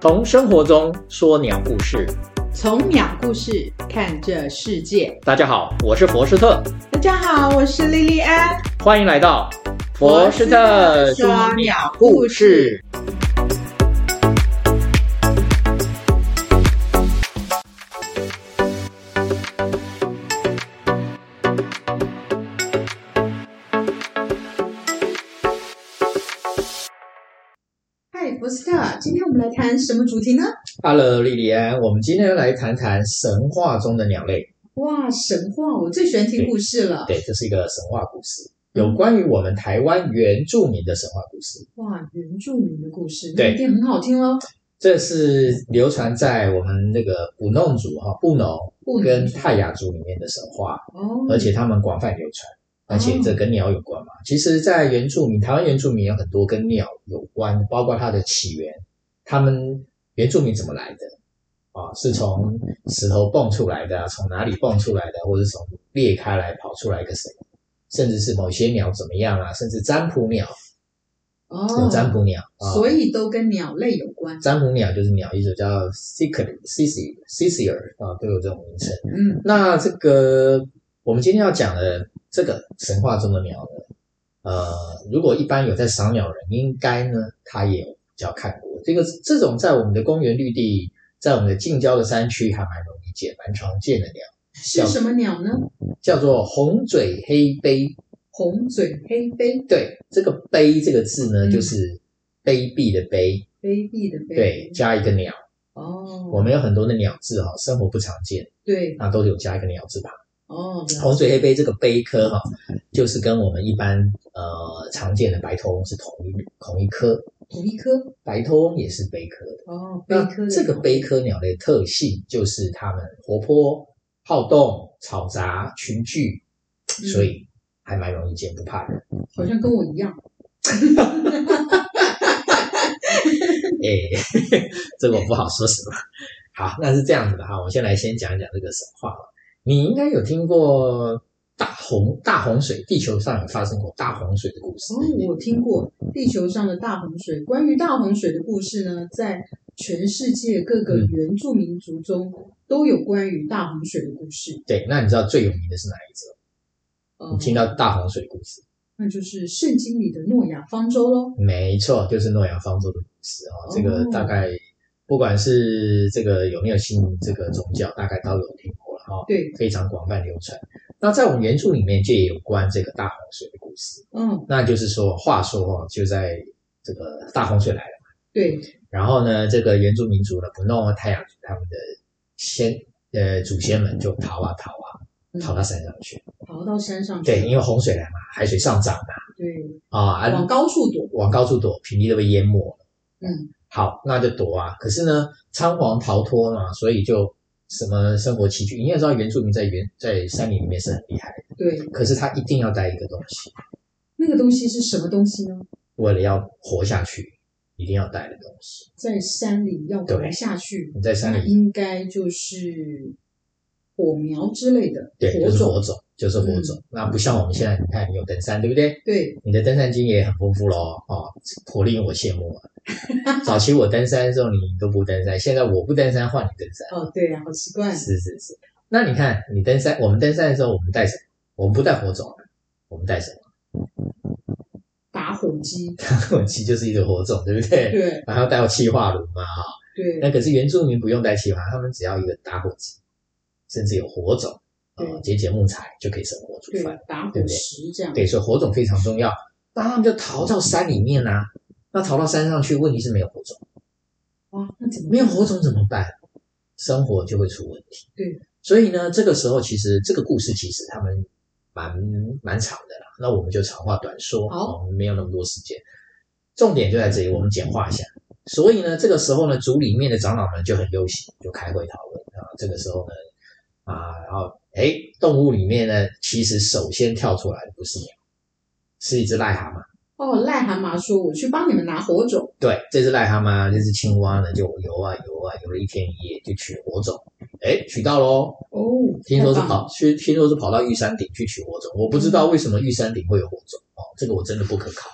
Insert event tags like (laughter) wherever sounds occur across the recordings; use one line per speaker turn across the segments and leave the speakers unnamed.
从生活中说鸟故事。
从鸟故事看这世界。
大家好，我是佛斯特，
大家好，我是莉莉安。
欢迎来到佛斯特说鸟故事。
嗨，博斯特，今天我们来谈什么主题呢？
Hello，莉莉安，我们今天来谈谈神话中的鸟类。
哇，神话，我最喜欢听故事了。
对，这是一个神话故事，有关于我们台湾原住民的神话故事。
哇，原住民的故事，那
对
一定很好听哦。
这是流传在我们那个布农族哈布农
布农
跟泰雅族里面的神话，
哦，
而且他们广泛流传。而且这跟鸟有关嘛？其实，在原住民台湾原住民有很多跟鸟有关，包括它的起源，他们原住民怎么来的啊？是从石头蹦出来的、啊，从哪里蹦出来的，啊或者是从裂开来跑出来一个什么？甚至是某些鸟怎么样啊？甚至占卜鸟，有
哦，
占卜鸟啊，
所以都跟鸟类有关。
占卜鸟就是鸟，一种叫 seeker、seeker、seeker 啊，都有这种名称。
嗯，
那这个我们今天要讲的这个神话中的鸟呢，呃，如果一般有在赏鸟人，应该呢他也有比较看过这个这种在我们的公园绿地，在我们的近郊的山区还蛮容易见、蛮常见的鸟，
是什么鸟呢？
叫做红嘴黑鹎。
红嘴黑鹎，
对，这个“鹎”这个字呢，
嗯
就是卑鄙的“卑
卑鄙的”，卑。
对，。加一个鸟。
哦，
我们有很多的鸟字哈，生活不常见，
对，
那都有加一个鸟字旁。
哦，
红嘴黑鹎这个鹎科哈、就是跟我们一般呃常见的白头翁是同一同一科，
同一颗。
白头翁也是鹎科的。
哦，
那
鹎科的
这个
鸟
鹎科鸟类特性就是它们活泼、好动、吵杂、群聚，
嗯
所以还蛮容易见，不怕人。
好像跟我一样。
哎、 (laughs) 这个我不好说什么。好，那是这样子的哈，我先来先讲一讲这个神话吧。你应该有听过大洪大洪水，地球上有发生过大洪水的故事。
哦，我听过地球上的大洪水。关于大洪水的故事呢，在全世界各个
嗯
原住民族中都有关于大洪水的故事。
对，那你知道最有名的是哪一则？
呃
你，听到大洪水故事，
那就是圣经里的诺亚方舟喽。
没错，就是诺亚方舟的故事哦。这个
哦
大概不管是这个有没有信这个宗教，大概都有听过了哈、哦，
对，
非常广泛流传。那在我们原著里面就也有关这个大洪水的故事，
嗯，
那就是说，话说哦，就在这个大洪水来了，
对，
然后呢，这个原住民族呢，不弄太阳族他们的先呃祖先们就逃啊逃啊，
嗯
逃到山上去。
逃到山上去。
对，因为洪水来嘛，海水上涨嘛，
对，
啊，啊
往高处躲。
往高处躲，平地都被淹没了。
嗯，
好，那就躲啊。可是呢，仓皇逃脱嘛，所以就什么生活崎岖。你也知道，原住民在原在山林里面是很厉害的，
对，
可是他一定要带一个东西，
那个东西是什么东西呢？
为了要活下去，一定要带的东西。
在山里要活
对
下去，
你在山
那
里，
应该就是火苗之类的
对，
火
就是
种。
火种，就是火种。那不像我们现在，你看你有登山，对不对？
对，
你的登山经验也很丰富咯，哦，颇令我羡慕啊。早期我登山的时候，你都不登山，现在我不登山，换你登山。
哦，对呀、好奇怪。
是是是。那你看，你登山，我们登山的时候，我们带什么？我们不带火种，啊我们带什么？ (laughs)
打火机，
火机就是一个火种，对不对？
对
然后带有气化炉嘛，哈。那
对
可是原住民不用带气化，他们只要一个打火机，甚至有火种，呃，
对
节节木材就可以生火煮
对
饭。，
打
对
火
不对
石这样。
对，所以火种非常重要。那他们就逃到山里面啊，那逃到山上去，问题是没有火种，
哇，那怎么
没有火种怎么办？生活就会出问题。
对，
所以呢，这个时候其实这个故事其实他们蛮蛮长的啦。那我们就长话短说，
好
我们没有那么多时间。重点就在这里，我们简化一下。所以呢，这个时候呢，组里面的长老们就很忧心，就开会讨论啊。这个时候呢，啊，然后哎，动物里面呢，其实首先跳出来的不是鸟，是一只癞蛤蟆。
哦，癞蛤蟆说：“我去帮你们拿火种。
对，这只癞蛤蟆，这只青蛙呢，就游啊游啊，游了一天一夜，就取火种，哎，取到喽。”
哦，
听说是
太棒了
跑，去听说是跑到玉山顶去取火种，我不知道为什么玉山顶会有火种哦，这个我真的不可考，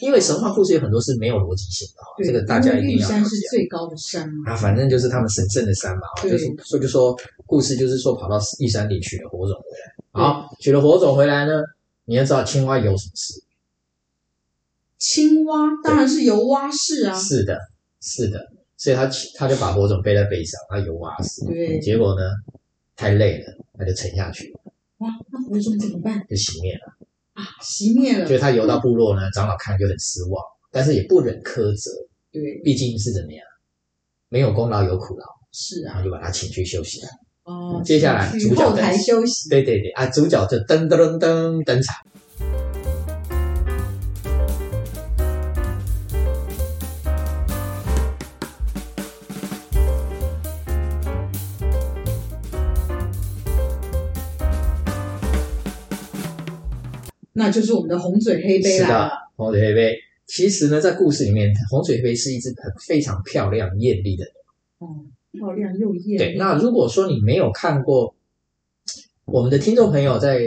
因为神话故事有很多是没有逻辑性的哦，
对
这个大家一定
因为玉
要了
山是
解
最高的山嘛。
啊。反正就是他们神圣的山嘛，哦
对
就是说就说故事就是说跑到玉山顶取了火种回来，好，取了火种回来呢，你要知道青蛙有什么事？
青蛙当然是由蛙式啊，
是的，是的，所以他他就把火种背在背上，他游蛙死，
对。
结果呢太累了，他就沉下去了，
哇，那火种怎么办
就熄灭了。
啊？熄灭了
所。以他游到部落呢，长老看就很失望，但是也不忍苛责，
对，
毕竟是怎么样，没有功劳有苦劳，
是
然
啊。
后就把他请去休息了。
哦，
嗯接下来
去
主角
后台休息。
对对对啊，主角就噔噔噔噔登场。
那就是我们的红嘴黑杯
是的
啦。，
红嘴黑杯。其实呢，在故事里面，红嘴黑杯是一只很非常漂亮艳丽的鸟。
哦，漂亮又艳丽。
对，那如果说你没有看过，我们的听众朋友在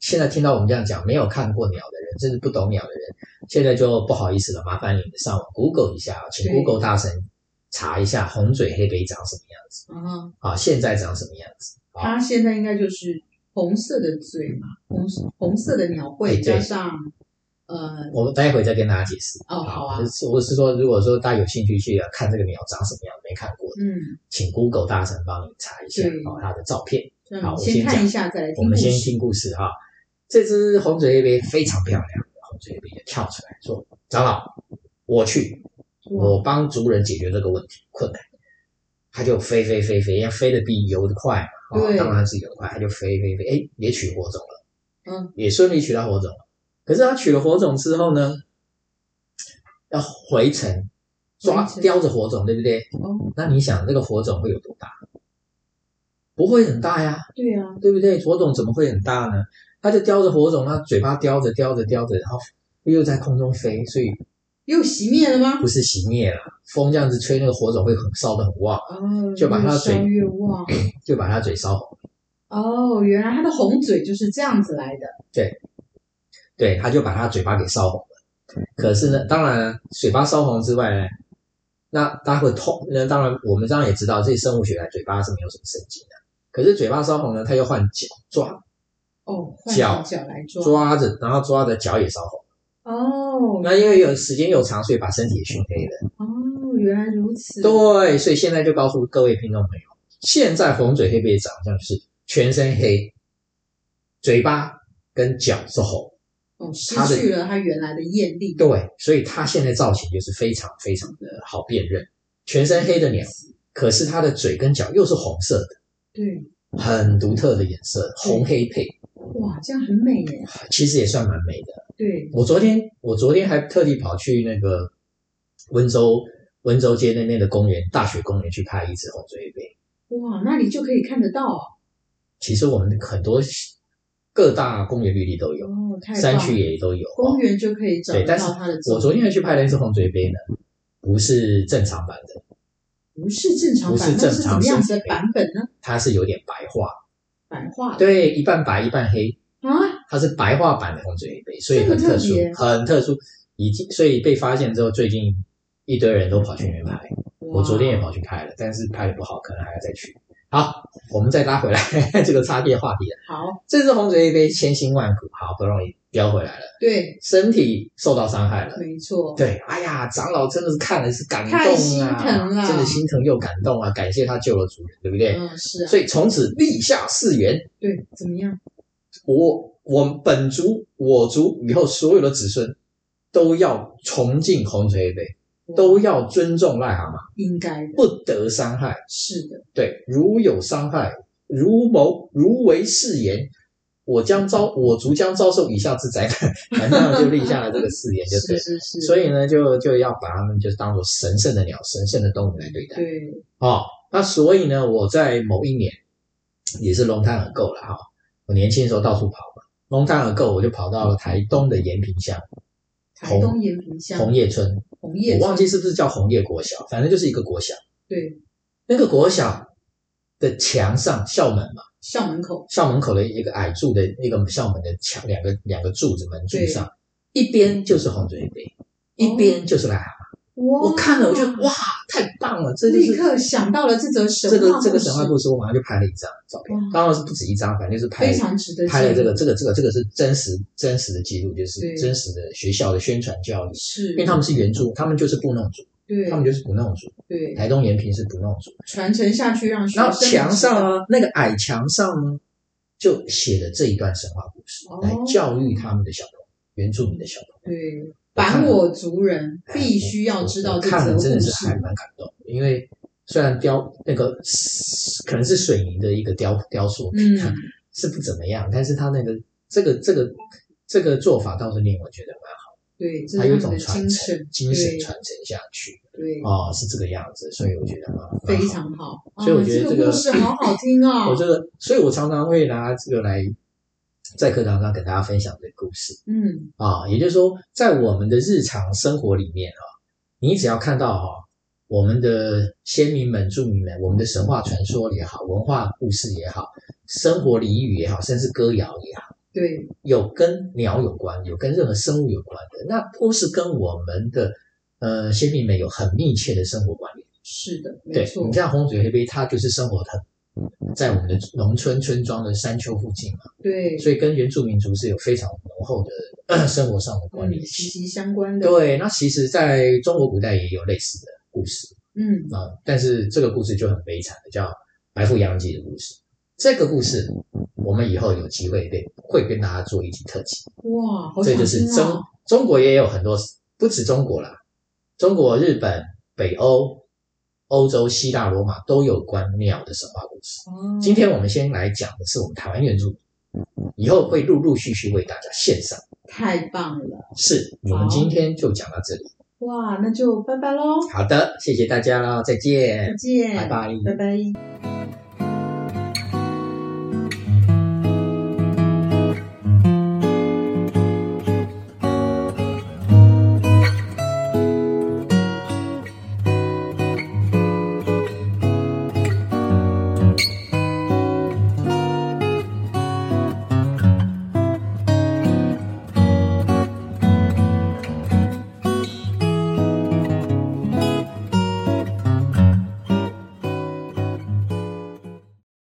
现在听到我们这样讲，没有看过鸟的人，甚至不懂鸟的人，现在就不好意思了，麻烦你们上网 Google 一下，啊请
对
Google 大神查一下红嘴黑杯长什么样子
啊，
啊，现在长什么样子？
它现在应该就是红色的嘴嘛，红红色的鸟
哎
喙
对
加上呃
我们待会再跟大家解释。
哦好啊
就是我是说，如果说大家有兴趣去看这个鸟长什么样，没看过的，
嗯，
请 Google 大神帮你查一下
对
哦，它的照片。
这
好
样
我
先
先
看
讲
一下再来
我
听故
们先
事。
听故事哈、这只红嘴黑杯非常漂亮，红嘴黑杯就跳出来说：“长老，我去，
哇
我帮族人解决这个问题困难。”它就飞飞飞飞，要飞得比游得快嘛，哦
对，
当然是游得快，它就飞飞飞，哎，也取火种了，
嗯，
也顺利取到火种了。可是它取了火种之后呢，要回城抓
回城
叼着火种，对不对？
哦，
那你想这个火种会有多大？不会很大呀，
对啊，
对不对？火种怎么会很大呢？它就叼着火种，它嘴巴叼着叼着叼着，然后又在空中飞，所以
又熄灭了吗？
不是熄灭了。风这样子吹，那个火种会很烧得很旺，
哦，
就把它
越
的
烧
嘴
越旺。
就把它嘴烧红。
哦，原来它的红嘴就是这样子来的。
对，它就把它嘴巴给烧红了。可是呢，当然嘴巴烧红之外呢，那大家会痛。那当然，我们当然也知道，这生物学来嘴巴是没有什么神经的。可是嘴巴烧红呢，它又换脚抓
哦，换
脚
成脚来抓。
抓着，然后抓着脚也烧红。
哦
那因为有时间又长，所以把身体也熏黑了。
哦，原来如此。
对，所以现在就告诉各位听众朋友，现在红嘴黑背长相是全身黑，嘴巴跟脚是红。
哦，失
它的
去了它原来的艳丽。
对，所以它现在造型就是非常非常的好辨认，全身黑的鸟，可是它的嘴跟脚又是红色的，
对，
很独特的颜色，红黑配，
哇，这样很美耶。
其实也算蛮美的。
对，
我昨天我昨天还特地跑去那个温州温州街那边的公园，大学公园去拍一只红嘴黑背。
哇，那里就可以看得到哦。
其实我们很多各大公园绿地都有，
哦，太棒
山
了。
区也都有。
公园就可以找
对
得
但是
到它的踪
我昨天去拍了一只红嘴杯呢，不是正常版的，
不是正常
不
版，
是
那
正
是怎
常
么样子的
是
版本呢？
它是有点白化，
版画的
对，一半白一半黑，
啊，
它是白化版的红嘴杯，所以很特殊
这么特别，
很特殊。已经所以被发现之后，最近一堆人都跑去那边拍，我昨天也
哇
跑去拍了，但是拍的不好，可能还要再去。好，我们再拉回来 (laughs) 这个插界话题了。
好，
这只红嘴杯千辛万苦，好不容易叼回来了，
对，
身体受到伤害了。
没错，
对，哎呀，长老真的是看了是感动啊，
太心疼了
真的心疼又感动啊，感谢他救了主人，对不对？
嗯，是啊，
所以从此立下誓言，
对，怎么样？
我我们本族、我族以后所有的子孙都要崇敬红嘴黑背，
嗯
都要尊重癞蛤蟆，
应该的，
不得伤害。
是的，
对，如有伤害，如谋如为誓言。我将遭我族将遭受以下之灾难，反正就立下了这个誓言，就对
是
了。
是是，
所以呢，就就要把它们就是当做神圣的鸟、神圣的动物来对待。
对，
哦，那所以呢，我在某一年也是龙潭耳垢了哈、我年轻的时候到处跑嘛，龙潭耳垢我就跑到了台东的延平乡，
台东延平乡
红叶村，
红叶
我
村
忘记是不是叫红叶国小，反正就是一个国小。
对
那个国小的墙上校门嘛，
校门口，
校门口的一个矮柱的那个校门的墙，两个两个柱子门柱上，一边就是红嘴杯，
哦
一边就是癞蛤蟆。
哇
我看了，我就哇，太棒了！这就
哦立
是
刻想到了这则神
这个
话
这个神话
故
故事，我马上就拍了一张照片
哇，
当然是不止一张，反正就是
事
拍
非常值得
拍了这
记录
个这个这个这个是真实真实的记录，就是
对
真实的学校的宣传教育，
是，
因为他们是原住，他们就是布农族，
对
他们就是布农族，
对
台东延平是布农族。
传承下去，让学
然后
生
墙上
知道
啊，那个矮墙上呢，就写了这一段神话故事，
哦
来教育他们的小朋友，原住民的小朋友。
对
我看
反
了哎
我族人必须要知道
我嗯
这
看
则
了真
故
的是
事
还，蛮感动的，因为虽然雕那个可能是水泥的一个雕雕塑品，
嗯，
是不怎么样，但是他那个这个这个这个做法倒是令我觉得蛮好，
对，这
还有
是
一
他
种
们的
传
精神
承，精神
对
传承下去
对，
哦，是这个样子，所以我觉得啊，蛮
非
好
常好。
所以我觉得
啊
这
这
个
故事好好听啊
我，觉得，所以我常常会拿这个来在课堂上跟大家分享这个故事
嗯，
啊。也就是说，在我们的日常生活里面啊，你只要看到哈、我们的先民们、著名们，我们的神话传说也好，文化故事也好，生活俚语也好，甚至歌谣也好，
对，
有跟鸟有关，有跟任何生物有关的，那都是跟我们的呃先民们有很密切的生活关联。
是的，没
对
错
你，像红嘴黑鳖，它就是生活很在我们的农村村庄的山丘附近嘛，
对，
所以跟原住民族是有非常浓厚的 (coughs) 呃生活上的关
嗯，
联
息
性。
息相关的，
对，那其实在中国古代也有类似的故事
嗯，
啊、但是这个故事就很悲惨的，叫白富洋记的故事。这个故事我们以后有机会对会跟大家做一集特辑，
哇，好
这
想
就是
听
中
啊，
中国也有很多，不止中国啦，中国、日本、北欧、欧洲、希腊、罗马都有关鸟的神话故事。
哦
今天我们先来讲的是我们台湾原住民，以后会陆陆续续为大家献上。
太棒了，
是，我们今天就讲到这里。
哇，那就拜拜喽，
好的，谢谢大家啦，再见
再，见，
拜拜。
拜拜。